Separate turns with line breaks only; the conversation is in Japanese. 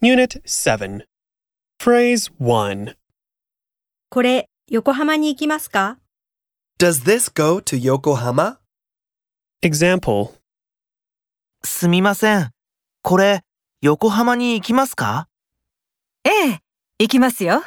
Unit 7. Phrase 1.
これ、横浜に行きますか
Does this go to Yokohama?
Example.
すみません。これ、横浜に行きますか
ええ、行きますよ。